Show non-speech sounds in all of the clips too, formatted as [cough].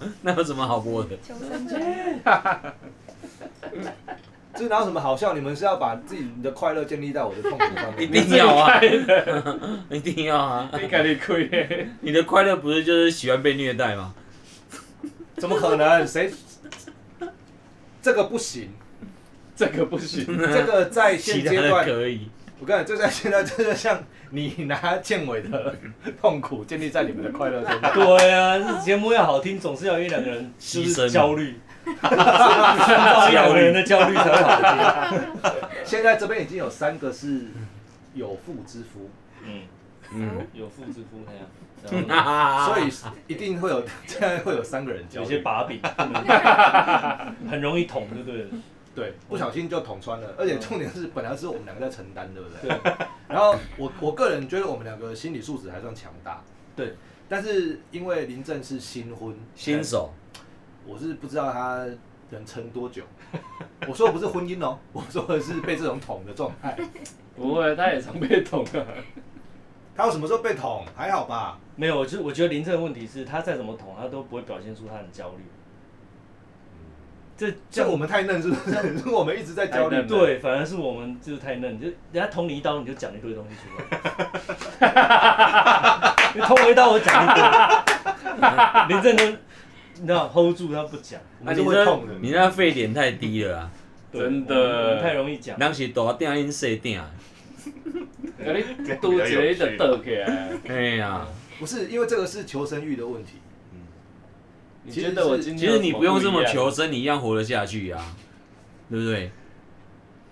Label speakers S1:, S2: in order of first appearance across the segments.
S1: [laughs] 那有什么好播的？ [laughs]
S2: 求生存。
S3: 这哪有什么好笑？你们是要把自己的快乐建立在我的痛苦上
S1: [laughs] 一
S3: 面。
S1: 定要啊， [laughs] 一定要啊！
S4: 你肯定亏耶！
S1: 你的快乐不是就是喜欢被虐待吗？
S3: 怎么可能？谁？这个不行，
S4: 这个不行，
S3: 这个在
S1: 其
S3: 现
S1: 他
S3: 阶
S1: 的
S3: 段，
S1: 可以，
S3: 我跟你讲，就在现在，这就像你拿建伟的痛苦建立在你们的快乐
S1: [laughs]
S3: 上
S5: [laughs]
S3: 面。
S5: 对啊，这节目要好听，总是要有一两个人就
S1: 牺牲嘛
S5: 是焦虑，要一两个人的焦虑才会好 [laughs] 听。
S3: 现在这边已经有三个是有妇之夫，
S5: 嗯，
S1: 嗯，
S5: 有妇之夫那样，然
S1: [laughs]
S5: 后
S1: 所
S3: 所以一定会有， [laughs] 现在会有三个人交
S5: [laughs] 有些
S3: 流。
S5: 把 [laughs] 柄，很容易捅，就对了。
S3: 对，不小心就捅穿了，而且
S4: 嗯
S3: 重点是本来是我们两个在承担，对不对？
S5: 对，
S3: [laughs] 然后我我个人觉得我们两个心理素质还算强大，
S5: 对。
S3: 但是因为林正是新婚，呃
S1: 新手
S3: 我是不知道他能撑多久。 [laughs] 我说的不是婚姻哦， [laughs] 我说的是被这种捅的状态。
S4: [laughs] 不会，他也常被捅啊。
S3: [laughs] 他有什么时候被捅？还好吧。
S5: 没有，我就我觉得林正的问题是，他再怎么捅，他都不会表现出他很焦虑。这这
S3: 像
S5: 样
S3: 我们太嫩是不 [laughs] 是？我们一直在焦
S4: 太嫩。了
S3: 虑
S5: 对，反而是我们就是太嫩，就人家捅你一刀，你就讲一堆东西出来。你捅我一刀，我讲一堆。林正都，你知道 hold 住他不讲，
S3: 我
S1: 啊，
S3: 们
S1: 你
S3: 是会
S1: 那
S3: 痛的，
S1: 你那沸点太低了啊，
S5: 对
S4: 真的
S5: 我们我们太容易讲。
S1: 人是大鼎因细鼎，啊
S4: 给你嘟一个你就倒
S1: [laughs]
S4: 起来。
S1: 哎呀，
S3: 不是因为这个是求生欲的问题。
S4: 你觉得我今
S1: 其
S4: 天有
S1: 实
S4: 什
S1: 你不用这么
S4: 一样 [laughs]
S1: 求，生，你一样活得下去呀，对不对？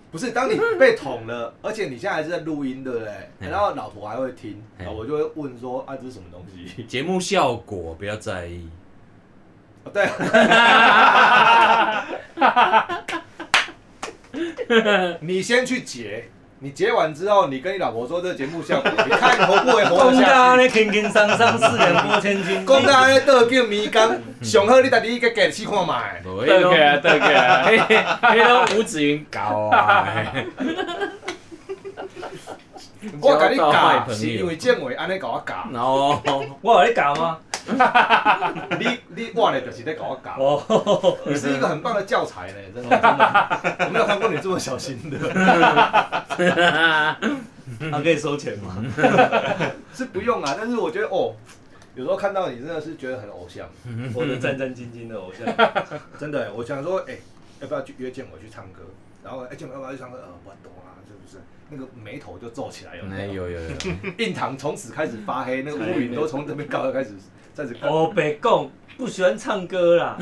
S3: 不是，当你被捅了，而且你现在还是在录音，对不对？
S1: 嗯
S3: 然后老婆还会听，
S1: 嗯
S3: 啊我就会问说啊，这是什么东西？
S1: 节目效果不要在意，
S3: 哦对，你先去截，你截完之后，你跟你老婆说这个节目效果，你看活不会活
S5: 公
S3: 得
S5: 家
S3: 下去。
S5: 呢，轻轻松松，四两拨千斤。
S3: 讲到安尼倒叫迷工，上好你家己去解试看卖。
S1: 我
S4: 倒起来，倒起来。
S1: 嘿 [laughs] 嘿嘿都吴子云搞啊，嘿
S3: 我甲你
S1: 交到坏
S3: 教，
S1: 朋友
S3: 是因为建伟安尼甲我教，
S1: 然后
S5: 我有在搞吗？
S3: 你你我呢就是在甲我教，
S5: 哦，
S3: 你是一个很棒的教材呢，真的，我没有看过你这么小心的，
S5: 他可以收钱吗？
S3: 是不用啊，但是我觉得哦，有时候看到你真的是觉得很偶像，
S5: 我的战战兢兢的偶像。
S3: 真的，我想说，哎、要不要去约建伟去唱歌？然后哎，建伟要不要去唱歌？呃，我懂啊，是不是？那个眉头就皱起来了，
S1: 哎有有有，
S3: 印堂从此开始发黑，那个乌云都从这边高开始开始高。
S5: 哦，北贡不喜欢唱歌啦，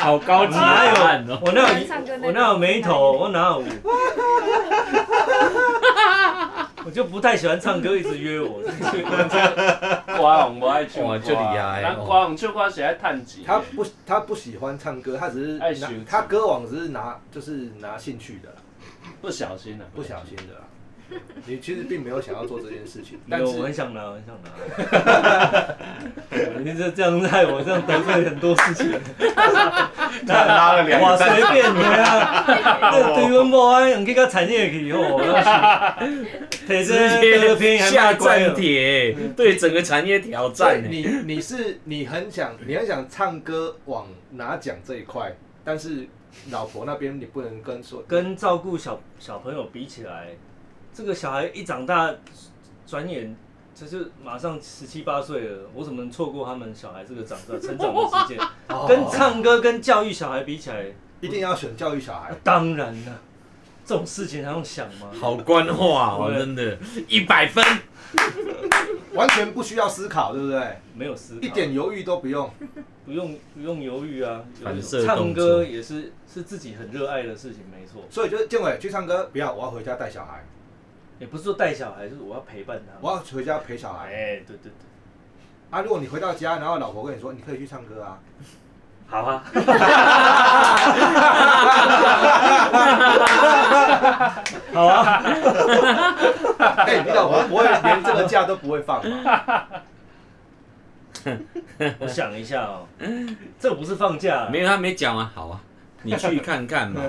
S1: 好高级
S5: 哪有？我哪
S2: 喜欢唱歌那
S5: 有
S2: 个
S5: 我哪有眉头？我哪有？ [laughs] 我就不太喜欢唱歌，一直约我。
S4: 歌红无爱唱歌，
S1: 哇啊这厉害哦
S4: 咱歌红唱歌是爱趁钱的。
S3: 他不，他不喜欢唱歌，他只是
S4: 爱
S3: 拿
S4: 学
S3: 他歌王只是拿就是拿兴趣的啦，
S4: 不小心啊的，[laughs]
S3: 不小心的啦。你其实并没有想要做这件事情，
S5: 没
S3: 但
S5: 有，我很
S3: 是
S5: 想拿，我很想拿。 [laughs] 你这这样害我，这样得罪很多事情。
S6: 他拉了两
S5: 哇，
S6: 个
S5: 随
S6: 战士，
S5: 便你啊！这对阮某安用去到产业去吼，提
S1: 直
S5: 这得便
S1: 接
S5: 宜
S1: [laughs]
S5: 还
S1: 下
S5: 卖乖哦
S1: 战
S5: 了。
S1: 帖，对整个产业挑
S3: 所以
S1: 战，
S3: 你你是你很想你很想唱歌往拿奖这一块，但是老婆那边你不能跟说
S5: 跟照顾小小朋友比起来，这个小孩一长大，转眼这就马上十七八岁了，我怎么能错过他们小孩这个长大成长的时间？
S3: 哦
S5: 跟唱歌跟教育小孩比起来，
S3: 一定要选教育小孩。
S5: 当然了，这种事情还用想吗？
S1: 好官话哦，
S5: 对
S1: 真的，一百分，
S3: 完全不需要思考，对不对？
S5: 没有思考，
S3: 一点犹豫都不用。
S5: 不用不用犹豫啊。
S1: 反射
S5: 唱
S1: 动作
S5: 歌也是是自己很热爱的事情，没错。
S3: 所以就是建伟去唱歌，不要，我要回家带小孩，
S5: 也不是说带小孩，就是我要陪伴他。
S3: 我要回家陪小孩。
S5: 哎，对对对，
S3: 啊，如果你回到家，然后老婆跟你说，你可以去唱歌啊，
S5: 好啊，好啊，
S3: 哎、你老婆不会连这个假都不会放吗？
S5: [laughs] 我想一下哦，这不是放假，
S1: 没有他没讲啊，好啊，你去看看嘛，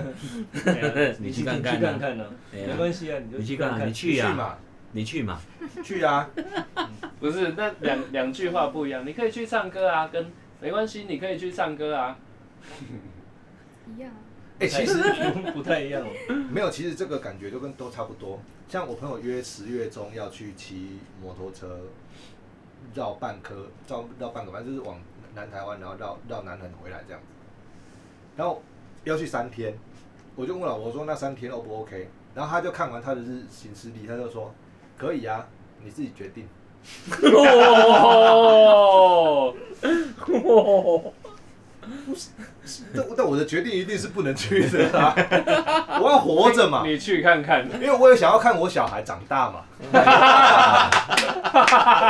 S5: 哎呀
S1: 你
S5: 你
S1: 去
S5: 去
S1: 看
S5: 看
S1: 看啊
S5: 看看呢，
S1: 哎呀
S5: 没关系啊，你就
S1: 你去看看，你
S3: 去
S1: 去啊，
S3: 嘛，
S1: 你去嘛，
S3: 去啊！
S4: [laughs] 不是，那两两句话不一样。你可以去唱歌啊，跟没关系，你可以去唱歌啊。
S2: 一样啊。
S3: 哎、其实
S5: 不太一样。
S3: 没有，其实这个感觉就跟都差不多。像我朋友约十月中要去骑摩托车绕半颗，绕绕半个，反正就是往南台湾，然后绕绕南横回来这样子。然后要去三天，我就问我老婆说那三天 O 不 OK？然后她就看完她的日行事历，她就说可以啊，你自己决定。
S4: 哦，
S3: 但但我的决定一定是不能去的啊！ [laughs] 我要活着嘛，
S4: [laughs] 你去看看。
S3: 因为我也想要看我小孩长大嘛。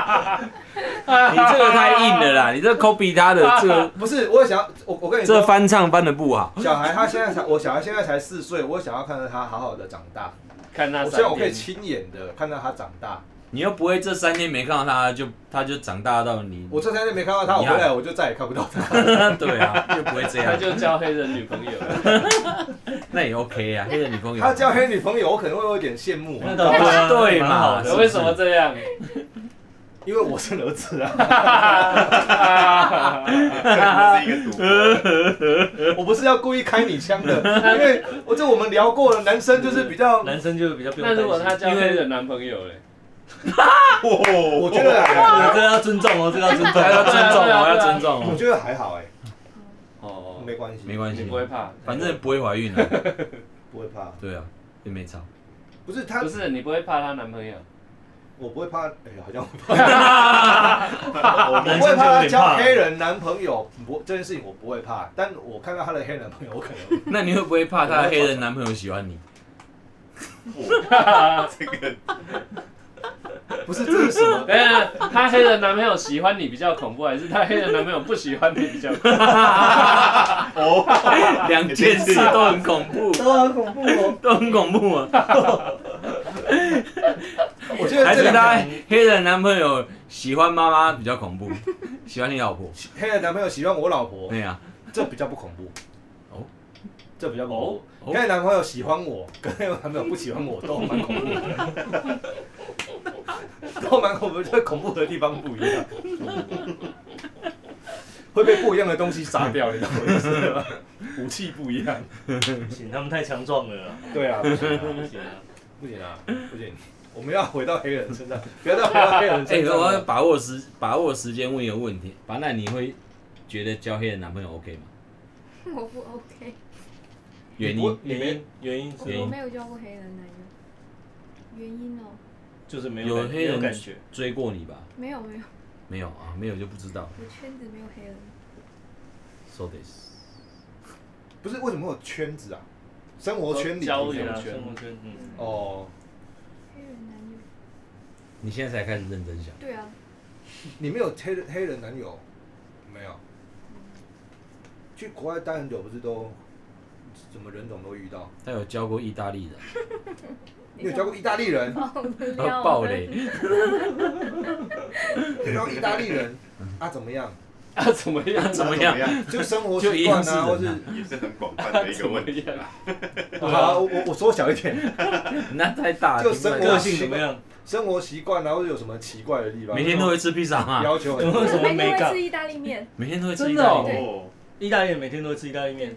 S1: 你这个太硬了啦，你这 copy 他的这
S3: [laughs]
S1: 个
S3: 不是，我也想要，我我跟你
S1: 这
S3: 说，
S1: 翻唱翻的不好。
S3: 小孩他现在才，我小孩现在才四岁，我想要看到他好好的长大。
S4: [laughs] 看那
S3: 我
S4: 三
S3: 希望我可以
S4: 天
S3: 亲眼的看到他长大。
S1: 你又不会这三天没看到他，就他就长大到你，
S3: 我这三天没看到他，我
S1: 你看
S3: 回来我就再也看不到他。
S1: [laughs] 对啊，又不会这
S4: 他
S1: 样，
S4: 就交黑人女朋友了。
S1: 那也 OK 啊，黑人女朋友。
S3: 他交黑女朋友，我可能会有点羡慕啊，
S5: 那
S4: 哦
S5: 倒不啊
S1: [laughs] 对
S5: 蛮好
S1: 嘛？
S5: 的
S1: 是
S4: [laughs] 为什么这 [laughs] 样？
S3: 因为我生儿子啊， [laughs]
S6: 这是一个赌博，
S3: [laughs] 我不是要故意开你枪的，因为我这我们聊过了，男生就是比 [laughs] 较，
S5: 哦男生就比较不用
S4: 那
S5: 担心。
S4: 如果他交黑人男朋友嘞？
S3: 我觉得还
S5: 啊，这个要尊重哦，这个要尊重
S1: 还。 [laughs] 要尊重哦，
S4: 对啊对啊
S1: 要尊重
S3: 我
S1: 哦，
S3: 觉得还好哎，
S4: 哦，
S3: 没关系，
S1: 没关
S4: 你
S1: 系
S4: 不，会怕？
S1: 反正不会怀孕的。
S3: 不会怕，
S1: 对啊，也没差。
S3: 不是他
S4: 不，是，你不会怕她男朋友？ [laughs]
S3: 我不会怕，哎，好
S1: [laughs]
S3: 像我
S5: 我
S3: 不会怕他交黑人男朋友，不这件事情我不会怕，但我看到他的黑人男朋友，我可能
S1: 那你会不会怕他的黑人男朋友喜欢你？
S6: 这个
S3: 不是这是什么？
S4: 等一下，哎她黑人男朋友喜欢你比较恐怖，还是她黑人男朋友不喜欢你比较恐 [laughs] 怖？
S6: 哦，
S1: 两件事都很恐怖，
S3: 都很恐怖哦，
S1: 都很恐怖啊！
S3: 我觉得
S1: 哎还
S3: 这
S1: 是
S3: 两
S1: 他
S3: 个
S1: 黑人男朋友喜欢妈妈比较恐怖，喜欢你老婆？
S3: 黑人男朋友喜欢我老婆
S1: 对，啊呀，
S3: [laughs] 这比较不恐怖。
S1: 哦，
S3: 这比较恐怖。
S1: 哦
S3: 黑人男朋友喜欢我， [laughs] 跟黑人男朋友不喜欢我都蛮恐怖的， [laughs] 都蛮恐怖，就是恐怖的地方不一样，会被不一样的东西杀掉，你懂我意思
S1: [laughs]
S3: 吗？武器不一样。
S5: 不行，他们太强壮了啦，
S3: 对啊，不行啊，
S5: 不行啊。
S3: 不行啊，不行。我们要回到黑人
S1: [laughs]
S3: 身上，不要再回到黑人
S1: 哎，
S3: 身上
S1: 我要
S3: 了。
S1: 把握时把握时间问一个问题，把那你会觉得交黑人男朋友 OK 吗？
S2: [laughs] 我不 OK，
S1: 原
S3: 你不
S1: 因
S5: 原因原因
S2: 我
S1: 原因
S2: 我没有交过黑人男友，原因哦，
S5: 就是没有
S1: 有
S5: 感
S1: 黑
S5: 有
S1: 人
S5: 感觉。
S1: 追过你吧？
S2: 没有没有，
S1: 没有啊，没有就不知道。
S2: 我圈子没有黑人，
S1: So this，
S3: 不是为什么会有圈子啊？生活圈里
S4: 交
S5: 对
S4: 流
S5: 啊，
S4: 圈
S5: 生活圈，嗯，
S3: 哦，
S2: 黑人男友，
S1: 你现在才开始认真想。
S2: 对啊，
S3: 你没有黑人黑人男友？没有。去国外待很久，不是都什么人种都遇到？
S1: 他有教过意大利人，
S3: 你有教过意大利人？
S2: 你
S1: 然后
S2: 要啊
S1: 暴
S2: [laughs]
S1: 雷，
S3: 你有教过意大利人啊？怎么样？
S4: 啊，怎么样？
S1: 怎么样？
S3: 就生活
S1: 就一
S3: 习
S1: 样
S3: 惯
S1: 是
S3: 啊，或是
S1: 人
S6: 也是很广泛的一个问题
S4: 啊怎么
S6: 啦。
S3: 好，我我缩小一点，
S1: 那太大了。
S3: 就
S1: 听不出
S3: 生
S1: 来
S5: 个
S3: 活
S5: 性
S3: 习
S5: 怎么
S3: 惯，
S5: 样？
S3: 生活习惯啊，或者有什么奇怪的地方？
S1: 每天都会吃披萨吗？
S3: 要求很
S5: 为
S2: 我
S5: 什么
S2: 每
S5: 没
S2: 天
S5: 干
S2: 会吃意大利面，
S1: 每天都会吃意
S4: 真的
S1: 大利
S4: 哦
S1: 面。
S6: 哦，
S5: 意大利人每天都吃意大利面，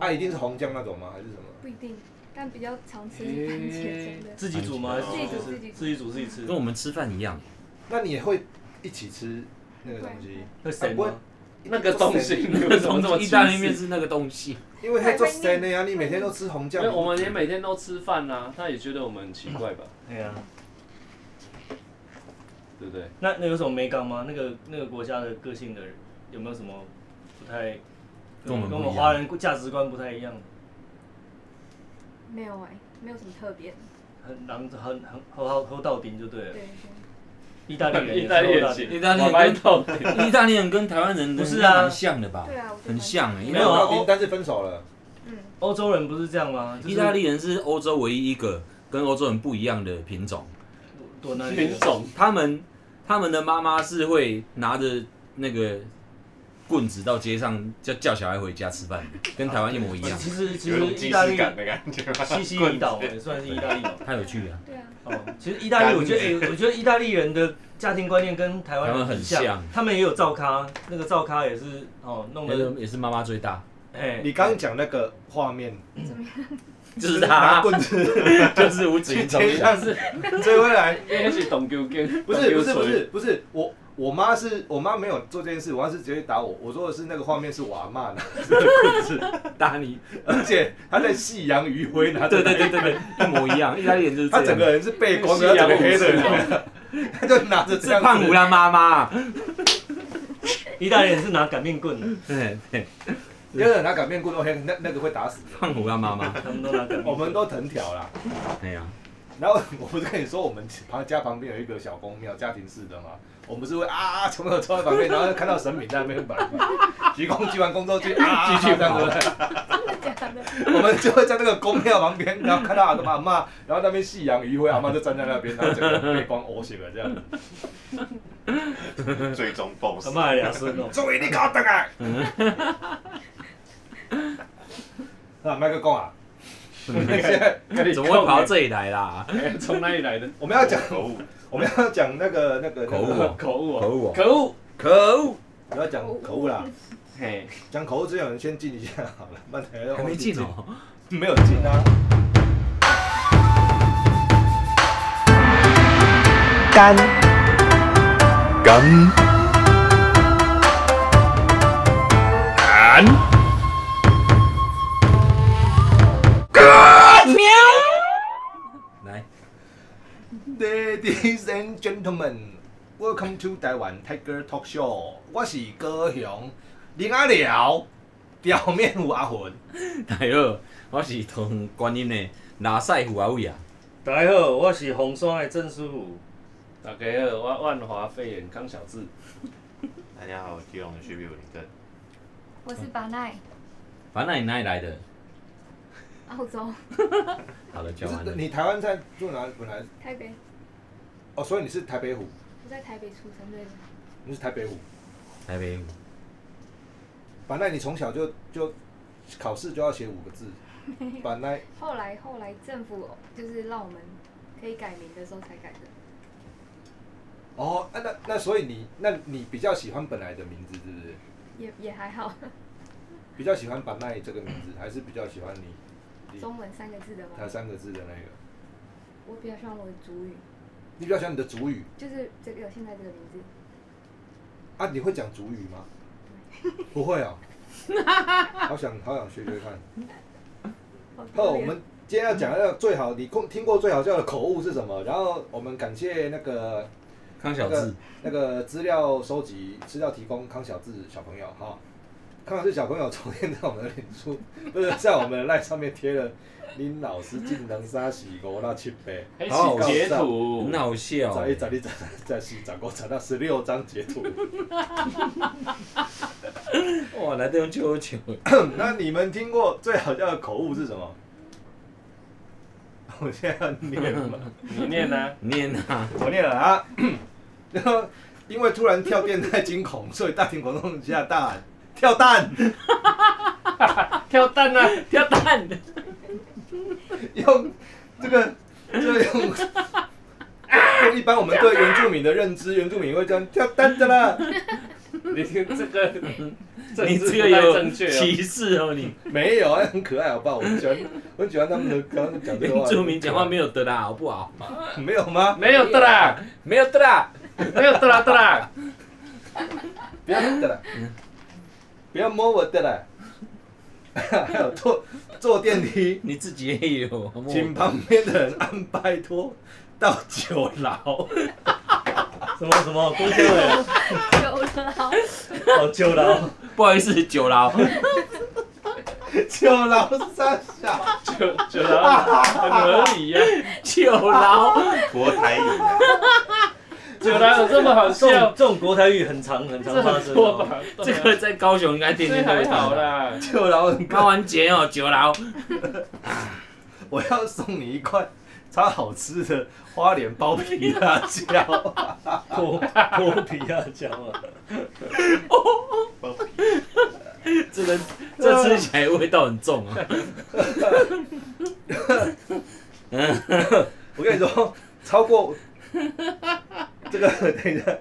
S3: 啊，一定是红酱那种吗？还是什么？
S2: 不一定，但比较常吃是番茄酱的，
S5: 自己煮吗？还是
S2: 自己煮
S5: 自
S2: 自己煮
S5: 自己煮自己吃
S1: 跟。我们吃饭一样，
S3: 那你也会一起吃那个东西？啊
S5: 会咸
S3: 不会
S5: 吗？
S4: 那个东西，你
S1: [laughs]
S4: 为什么这么
S1: 意大利面
S4: 歧视？
S1: 是那个东西，
S3: 因为他做 stand 呀，你每天都吃红
S4: 因
S3: 酱
S4: 为，我们也每天都吃饭啊，他也觉得我们很奇怪吧，
S5: 对啊。
S4: 对不对？
S5: 那那有什么美感吗？那个那个国家的个性的人有没有什么不太
S1: 跟我们不
S5: 跟我们
S1: 一样
S5: 华人价值观不太一样？
S2: 没有哎、没有什么特别的，
S5: 很狼很很喝到喝到顶就对了
S2: 对。对，
S5: [laughs] 意大利人也
S4: 意
S5: 是
S4: 大利
S5: 喝
S4: 人
S5: 到
S4: 行，
S5: 顶，
S1: 意大利人
S4: 歪到底。
S1: 意大利人跟台湾人的
S5: 不是啊
S1: 很像的吧？
S2: 对啊我觉得
S1: 很像欸。因
S3: 没
S1: 为
S3: 有
S5: 啊
S3: 到底，但是分手了。
S2: 嗯，
S5: 欧洲人不是这样吗？就是
S1: 意大利人是欧洲唯一一个跟欧洲人不一样的品种，
S5: 躲那里
S4: 品
S5: 的
S4: 种
S1: 他们他们的妈妈是会拿着那个棍子到街上叫叫小孩回家吃饭，跟台湾一模一样，
S5: [laughs] 其实其
S6: 有
S5: 实
S6: 种即
S5: 意大
S6: 视
S5: 利
S6: 感的感觉吗？
S5: 西西里
S6: [laughs]
S5: 岛也算是意大利岛。
S1: 太有趣了。
S2: 对啊，
S5: 哦，其实意大利，我觉得，哎、我觉得意大利人的家庭观念跟台湾
S1: 台
S5: 人
S1: 湾很
S5: 像
S1: 像，
S5: 他们也有照咖，那个照咖也是哦，弄
S1: 那
S5: 的，
S1: 个也是妈妈最大，
S5: 哎、
S3: 你刚刚讲那个画面，
S1: 哎就是
S3: 拿
S1: 他，
S3: 棍子
S1: [laughs] 就是啊吴子
S3: 去 [laughs]
S1: 云
S3: 街上是追回来，
S4: 那哎是董丢跟
S3: 不是不是不是不是我。我妈是我妈没有做这件事，我妈是直接打我。我说的是那个画面是我阿妈拿着棍子，
S1: 打你，
S3: [laughs] 而且她在夕阳余晖拿着
S1: 对对对对对，一模一样，意大利人就是这
S3: 他
S1: 样。
S3: 整个人是背光的，他整个黑的， [laughs] 他就拿着这
S1: 是
S3: 样
S1: 胖虎
S3: 啦。
S1: 他妈妈，
S5: 意大利人是拿擀面棍的， [laughs]
S1: 对对，
S3: 因为拿擀面棍都黑，那那个会打死人。
S1: 胖虎他妈妈，
S5: 他们都拿擀面
S3: 我
S5: 棍。
S3: 们都藤条啦。
S1: 哎呀，
S3: 然后我不是跟你说，我们旁家旁边有一个小公庙，家庭式的嘛。我们不是会啊，从头坐在旁边，然后看到神明在那边摆摆， [laughs] 鞠躬，鞠完躬之后就啊，继续这样对不对？
S2: 真的假的？
S3: 我们就会在那个公庙旁边，然后看到阿公阿妈，然后那边夕阳余晖，阿妈就站在那边，然后整个背光 O 型了这样。
S6: 最终 BOSS
S5: 他。妈的俩孙哦，
S3: 终于你搞等啊！那麦克讲 [laughs] 啊，
S1: 怎么会跑到这里来啦？
S4: 里？哎从哪里来的？
S3: 我们要讲，
S6: 口误，
S3: 我们要讲那个那个
S1: 口误哦
S4: 口误
S1: 可恶
S4: 哦
S1: 哦，
S4: 可恶！
S1: 可恶，
S3: 不要讲口误啦，
S4: 嘿，
S3: 讲口误之前我们先进一下好了，慢点。
S1: 还没进，哦，
S3: 没有进啊。
S1: 来，
S3: Ladies and gentlemen, welcome to 台湾 Tiger Talk Show，我是高雄林阿廖，表面有阿魂。
S1: 大家好，我是同观音的拉塞虎阿伟啊，
S5: [laughs] 大家好，我是红山的郑师傅，
S4: 大家好，我万华肺炎康小智，
S6: 大家好，我基隆的徐比武林正。
S2: 我是巴奈，
S1: 反正你哪里来的？
S2: 澳洲
S1: 好了，讲
S3: 就
S1: 完
S3: 是
S1: 了。
S3: 你台湾在住哪？本来
S2: 台北，
S3: 哦，所以你是台北虎，
S2: 我在台北出生，对吗？
S3: 你是台北虎。
S1: 台北
S3: 板奈，你从小就就考试就要写五个字。板奈，
S2: 后来后来政府就是让我们可以改名的时候才改的，
S3: 哦，啊那那所以你那你比较喜欢本来的名字是不是？
S2: 也也还好，
S3: 比较喜欢板奈这个名字，还是比较喜欢你
S2: 中文三个字的嘛
S3: 它，三个字的那个？
S2: 我比较喜欢我的主语，
S3: 你比较喜欢你的主语
S2: 就是这个有现在这个名字，
S3: 啊？你会讲主语吗？不会哦。好想好想学学看。
S2: 好啊丢
S3: 哦，
S2: 脸
S3: 我们今天要讲那个最好，你听听过最好笑的口误是什么？然后我们感谢那个
S1: 康
S3: 那
S1: 小
S3: 个
S1: 智，
S3: 那个资料收集、资料提供康小智小朋友哈。康小智小朋友昨天在我们的脸书， [laughs] 不是在我们的赖上面贴了林老师技能杀洗狗那七杯，
S4: 嘿，
S1: 好
S4: 是截图
S1: 很，好笑
S3: 找一找你找在洗找过找到十六张截图。
S1: 哦，哇，来得用九九，
S3: 那你们听过最好笑的口误是什么？ [laughs] 我现在要念
S1: [laughs]
S3: 吗？
S4: 你念呢？
S1: 念啊，
S3: 我念了啊， [coughs] 然后因为突然跳电太惊恐，所以大庭广众之下大喊跳蛋。 [laughs]
S4: 跳蛋啊，跳蛋！
S3: 用这个，这个用。 [laughs] 用一般我们对原住民的认知，原住民会这样跳蛋的啦。
S4: [laughs] 你听这个，
S1: [laughs] 你
S4: 政治
S1: 这
S4: 不
S1: 个
S4: 太
S1: 有
S4: 正确哦。
S1: 歧视哦，你
S3: 没有啊，很可爱，好不好？我很喜欢，我很喜欢他们的刚
S1: [laughs]
S3: 刚讲这个
S1: 原
S3: 话。
S1: 住民讲话没有的啦，好不好？
S3: 没有吗？
S4: 没有的啦，
S1: [laughs] 没有的啦，
S4: 没有的啦的啦，
S3: 不要的啦，不要摸我的啦。还有 [laughs] 坐坐电梯，
S1: 你自己也有，好不好
S3: 请旁边的人按拜托到九楼。
S5: 什么什么公交人，
S2: 有了，
S5: 哦，久了哦，
S1: 不好意思，九 [laughs] 楼，
S3: 九楼三小，
S4: 就觉得很合理啊呀。
S1: 九 [laughs] 楼，
S6: 国台语啊，
S4: 九楼有这么好
S5: [laughs] 这种
S4: 笑？
S5: 这种国台语很常很常
S4: 这
S5: 发
S4: 很
S5: 生、
S4: 多
S5: 哦。
S4: 吧？
S1: 这个在高雄应该天
S4: 这
S1: 天都啊
S4: 还
S1: 会
S4: 好
S1: 看到。
S4: 啦，
S3: 九楼很
S1: 高完节哦，九楼，
S3: 我要送你一块超好吃的花莲包皮辣椒。
S5: [laughs] 啊剥剥皮辣椒啊，
S6: 包皮
S1: 这个这吃起来味道很重啊。
S3: 我跟你说，超过这个，等一下，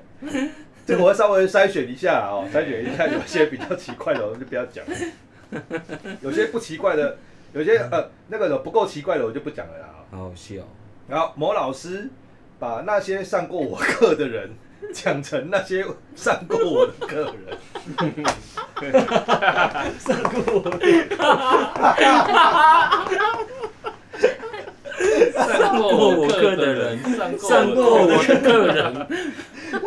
S3: 这个我要稍微筛选一下啊哦，筛选一下有些比较奇怪的，我们就不要讲了。有些不奇怪的，有些呃那个不够奇怪的，我就不讲了啦、
S1: [laughs]
S3: 哦。
S1: 好好笑，
S3: 然后某老师把那些上过我课的人讲成那些上过我的课人，
S4: 上
S1: 过
S4: 过
S1: 我
S4: 我
S1: 课
S4: 课
S1: 的
S4: 的
S1: 人
S4: 人，
S1: 上过我的个人，
S6: 中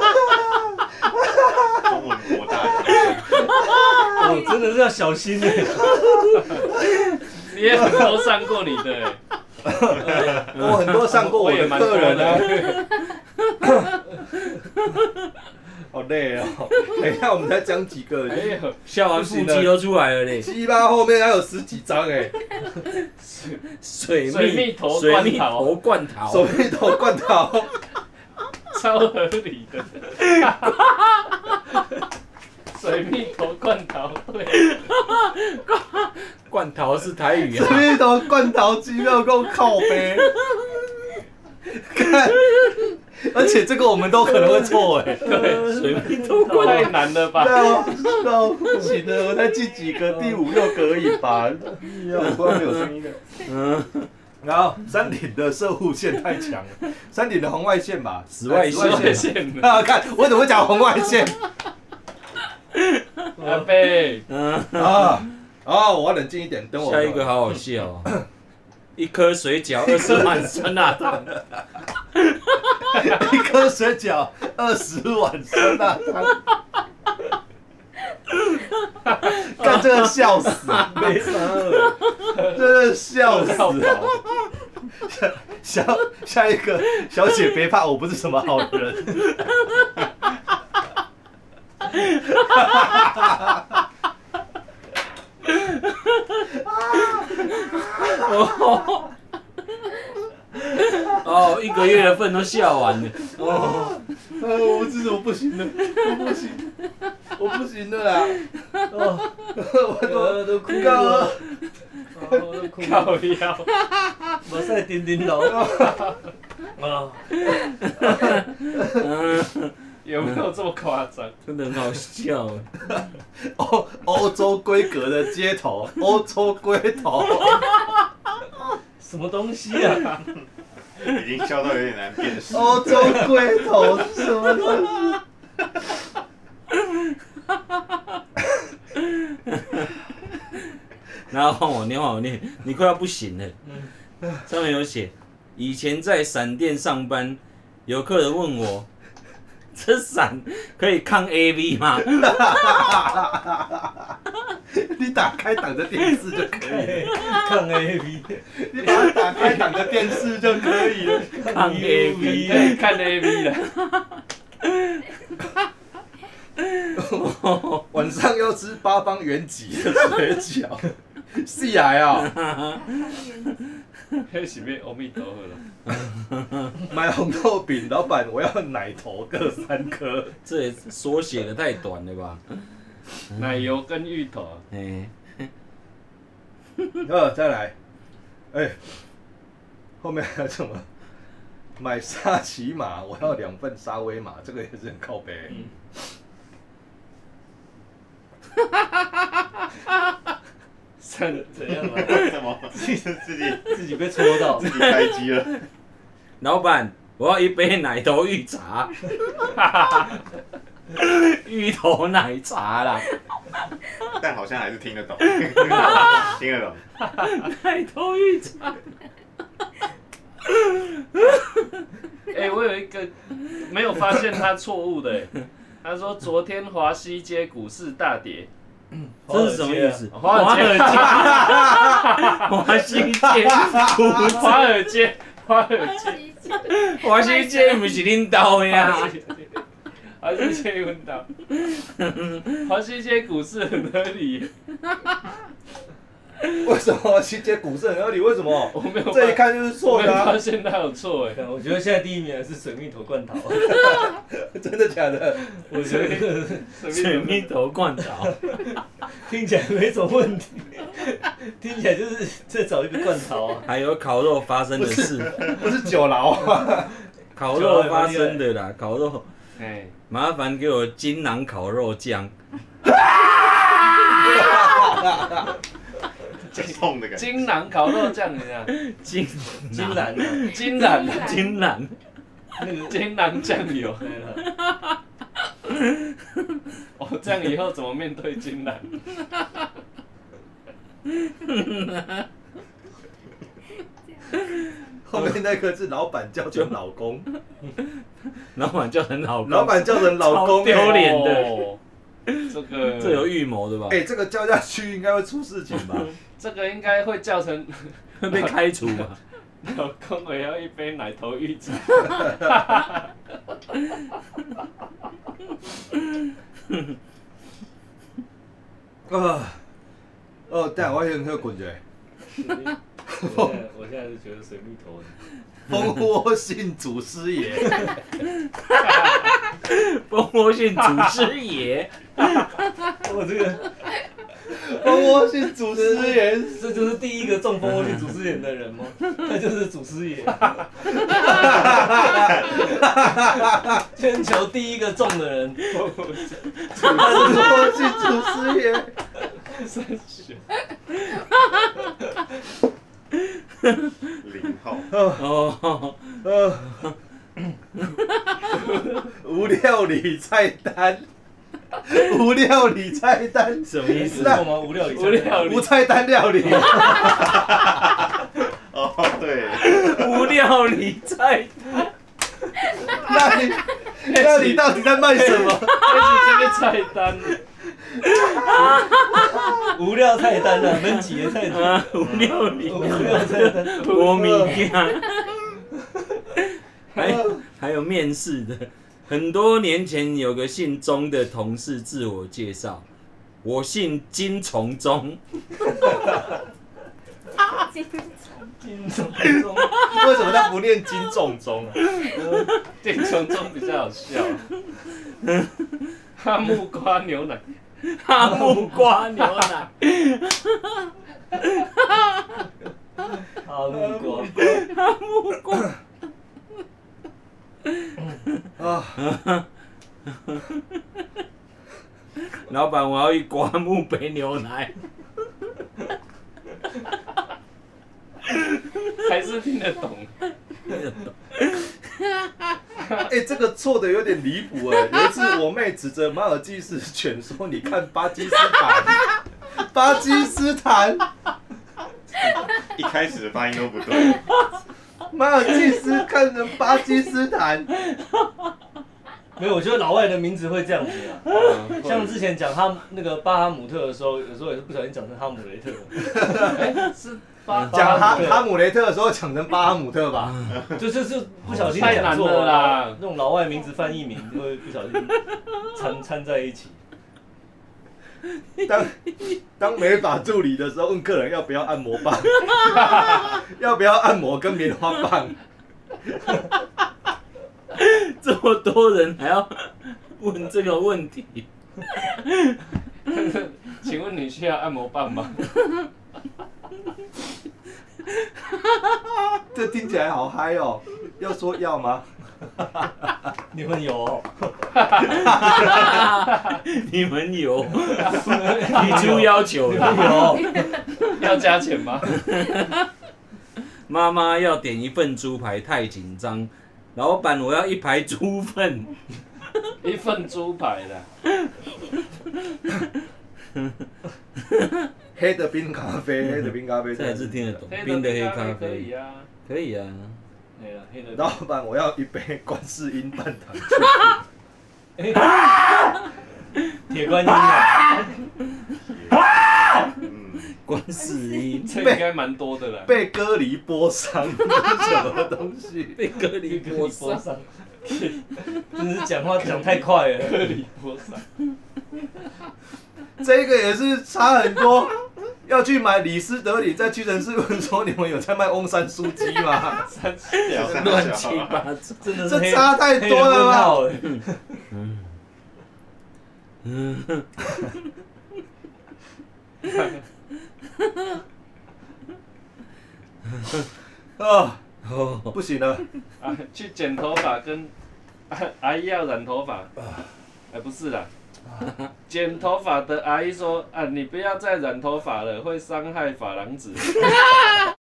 S6: 文博大精深。
S5: 我哦真的是要小心欸呢。
S4: 你也很多上过你的欸，
S3: 我很多上过我
S4: 也
S3: 的
S4: 蛮多
S3: 课人啊，
S4: 的。
S3: [laughs] 好累哦。等一下我们再讲几个，
S4: 哎呦，
S1: [laughs] 笑完腹肌都出来了嘞，
S3: 鸡巴后面还有十几张哎、
S1: 水蜜
S4: 水蜜头
S1: 水蜜头罐
S4: 罐头
S1: 头
S3: 手，臂头罐 [laughs] 头。
S4: [laughs] 超合理的， [laughs] 水蜜桃罐头，对，
S1: 罐头是台语啊。
S3: 这一头罐头鸡肉够靠背。看，而且这个我们都可能会错哎、
S1: [laughs] 水蜜桃罐
S4: 太难了吧？
S3: 对啊，对啊，不行的，我再记几个，第五六个而已吧。要不然没有声音的。
S1: 嗯，
S3: 然后山顶的射护线太强了，山顶的红外线吧，
S1: 紫外线
S3: 哎
S4: 谢
S3: 紫外线。
S4: 谢你，
S3: 啊，看我怎么讲红外 [laughs] 线
S4: 阿贝，
S1: 嗯，
S3: 啊？哦，我要冷静一点，等我
S1: 下一个好好笑哦。 [coughs] 一颗水饺二十碗酸辣汤，
S3: 一颗水饺，二十碗酸辣 [laughs] 汤。看这个笑死，没啥了，真的笑死了。下下一个，小姐别怕，我不是什么好人。
S1: 哦，一个月的份都笑完了。
S3: 呃，我这种不行了，我不行，我不行了啦。
S5: 哦，
S3: 我
S5: 我
S3: 都
S5: 都哭
S3: 刚
S5: 了
S3: 刚，
S5: 哦我都哭了，
S4: 靠腰，
S5: 我在点点 [laughs] 头。啊，
S1: 嗯，
S4: 有没有这么夸张？
S1: 真的很好笑。
S3: 欧哦欧洲规格的街头，欧洲龟 [laughs] 头，
S5: 什么东西啊？
S6: 已经笑到有点难辨识。
S3: 欧洲龟头是什么东西？
S1: 然后换我念，换我念，你快要不行了。上面有写，以前在闪电上班，有客人问我，这伞可以抗 A V 吗？
S3: 你打开挡着电视就可以了，
S5: 看 A V，
S3: 你把它打开挡着电视就可以了。
S1: 抗 A V，
S4: 你看 A V 的，
S3: 晚上要吃八方原脊的水饺，是癌啊！
S4: 那是被阿弥陀佛了。
S3: 买红豆饼，老板我要奶头各三颗。
S1: 这也缩写的太短了吧？
S4: 奶油跟芋 [laughs] 头，啊
S1: 哎、
S3: 呃，再来，哎、后面还有什么？买沙琪玛，我要两份沙威玛，这个也是很靠背、
S4: 上
S5: 怎样啊？
S6: 什么？自己自己
S5: 自己被戳到
S6: 自，己开机了。
S1: 老板，我要一杯奶头芋茶， [laughs] 芋头奶茶啦，
S6: 但好像还是听得懂，听得懂。
S1: 奶头芋茶，
S4: 哎、我有一个没有发现他错误的、哎他说昨天华西街股市大跌，
S1: 这是什么意思？
S5: 啊
S4: 华尔街
S1: 华西街，
S4: 华尔街，华尔街，
S1: 华西街不是恁兜的
S4: 华
S1: 啊
S4: 尔？街，华西街问到，华西街股市很合理、
S3: 为什么西街股市很合理？为什么？
S4: 我没有
S3: 这一
S4: 发，
S3: 看就是
S4: 我
S3: 错
S4: 没
S3: 的、
S4: 有
S3: 啊
S4: 发，现他有错哎、
S5: 看我觉得现在第一名还是水蜜桃罐头，
S3: 真的假的？
S5: 我觉得
S1: 水蜜桃罐头，
S5: 听起来没什么问题，听起来就是再找一个罐 [laughs] 头啊。
S1: 还有烤肉发生的事，
S3: 不是酒牢啊，
S1: 烤肉发生的啦，烤肉
S4: 哎，
S1: 麻烦给我金囊烤肉酱，
S6: 这是痛的感觉。
S4: 金兰烤肉酱，你看，
S1: 金
S5: 金兰啊，
S4: 金兰
S2: 金兰
S1: 金囊，
S5: 那个
S4: 金兰酱油，
S5: 对了，
S4: 哦，这样以后怎么面对金兰？
S3: 后面那个是老板叫成老公，
S1: 老板叫很好，
S3: 老板叫成老公、
S1: 超屌
S3: 欸，
S1: 丢脸的
S4: 哦，这个
S1: 这有预谋的吧
S3: 哎、？这个叫下去应该会出事情吧？
S4: 这个应该会叫成
S1: 会被开除吧？
S4: 老公，我要一杯奶头玉子。
S1: 嗯
S3: 啊，哦，但我先喝滚着，
S5: 水蜜我现在我现在是觉得水蜜桃
S1: 嗯
S3: 蜂窝性祖师爷，
S1: [laughs] 蜂窝性祖师爷，
S5: 很，我这个
S3: 蜂窝性祖师爷，
S5: 这就是第一个中风窝性祖师爷的人吗？那就是祖师爷，全球第一个中的人，
S3: 蜂窝性祖师爷，
S6: 零号，
S1: 哦，
S3: 呃，无料理菜单，无料理菜单，
S1: 什么意思？
S5: 是我吗？无聊无聊，
S3: 无菜单
S1: [laughs]
S3: 料理，
S6: 哦，对，
S3: 哎
S1: 无料理菜
S3: 那你那你到底在卖什
S1: [laughs]
S3: 么？
S4: 开始这个菜单，
S5: 无聊菜单啊，焖几个菜单，
S1: 啊，无料理
S5: 无聊菜单。
S3: 哎
S1: 国米家，
S3: 哎
S1: 还还有面试的。很多年前有个姓钟的同事自我介绍，我姓金从钟，
S2: 金
S5: 金钟中，
S3: 为什么他不念金仲中啊？
S4: 电虫中比较好笑。哈木瓜牛奶，
S1: 哈木瓜牛奶，
S5: 哈木瓜，
S3: 啊，
S1: [laughs] 老板我要一瓜木杯牛奶， [laughs]
S4: 还是听得懂。
S3: 哎、这个错的有点离谱哎。 [laughs] 有一次我妹指着马尔济斯犬说：“你看巴基斯坦，巴基斯坦，
S6: 一开始的发音都不对，
S3: 马尔济斯看成巴基斯
S1: [laughs]
S3: 坦。
S5: 没有，我觉得老外的名字会这样子啊。像之前讲哈那个巴哈姆特的时候，有时候也是不小心讲成哈姆雷特，
S4: 哎，是八”
S1: 嗯
S3: 讲哈
S5: 巴哈姆特
S3: 哈姆雷特的时候讲成巴哈姆特
S1: [laughs]
S3: 吧？
S5: 就就是不小心
S4: 太
S5: 讲
S4: 难
S5: 错
S4: 了啦
S5: 那种老外名字翻译名就会不小心掺掺在一起。
S3: 当当美发助理的时候，问客人要不要按摩
S1: [laughs]
S3: 棒，要不要按摩跟棉花棒。
S1: 这么多人还要问这个问题，
S4: [laughs] 请问你需要按摩棒吗？ [laughs]
S3: 这听起来好嗨哦！要说要吗？
S5: 你们有哦、
S1: 你们有 [laughs] 提出 [laughs] 要求
S5: 你
S1: 了
S5: 们有，哦，
S4: 要加钱吗？
S1: 妈妈要点一份猪排，太紧张。老板，我要一排猪粪。
S4: 一份猪排的，
S3: 黑的冰咖啡，黑的冰咖啡，
S1: 这还是听得懂
S4: 黑。
S1: 冰的黑
S4: 咖
S1: 咖
S4: 啡可以
S1: 啡
S4: 啊。
S1: 可以啊，
S5: 没了，黑
S3: [laughs] 老
S5: 的。
S3: 板，我要一杯观世音半糖醋。
S5: [laughs] 铁观音啊，
S3: [laughs]
S6: 嗯，
S1: 观世音
S4: 这应该蛮多的啦。
S3: 被割离波伤， [laughs] 这是什么东西？
S1: 被隔离
S5: 一个
S1: 波
S5: 一波
S1: 上，
S5: 上， [laughs] 真是讲话讲太快了。
S4: 里波萨，
S3: 这个也是差很多。要去买李斯德里，在屈臣氏问说你们有在卖翁山酥鸡吗？
S4: 三十
S6: 小
S4: 秒
S6: 三
S1: 乱七
S6: 小
S1: 八 [laughs] 糟。
S5: [laughs] 真的
S3: [laughs]
S5: 是
S3: 这
S5: 黑
S3: 差太
S5: 黑
S3: 多
S5: 人
S3: 了
S5: 问
S3: 吧？
S5: 号欸
S1: 嗯，
S3: 啊，
S1: 哦，
S3: 不行了，
S4: [laughs] 啊，去剪头发跟、 [laughs] 啊阿姨要染头发，哎、
S1: 啊
S4: 不是啦，剪头发的阿姨说啊，你不要再染头发了，会伤害珐琅质。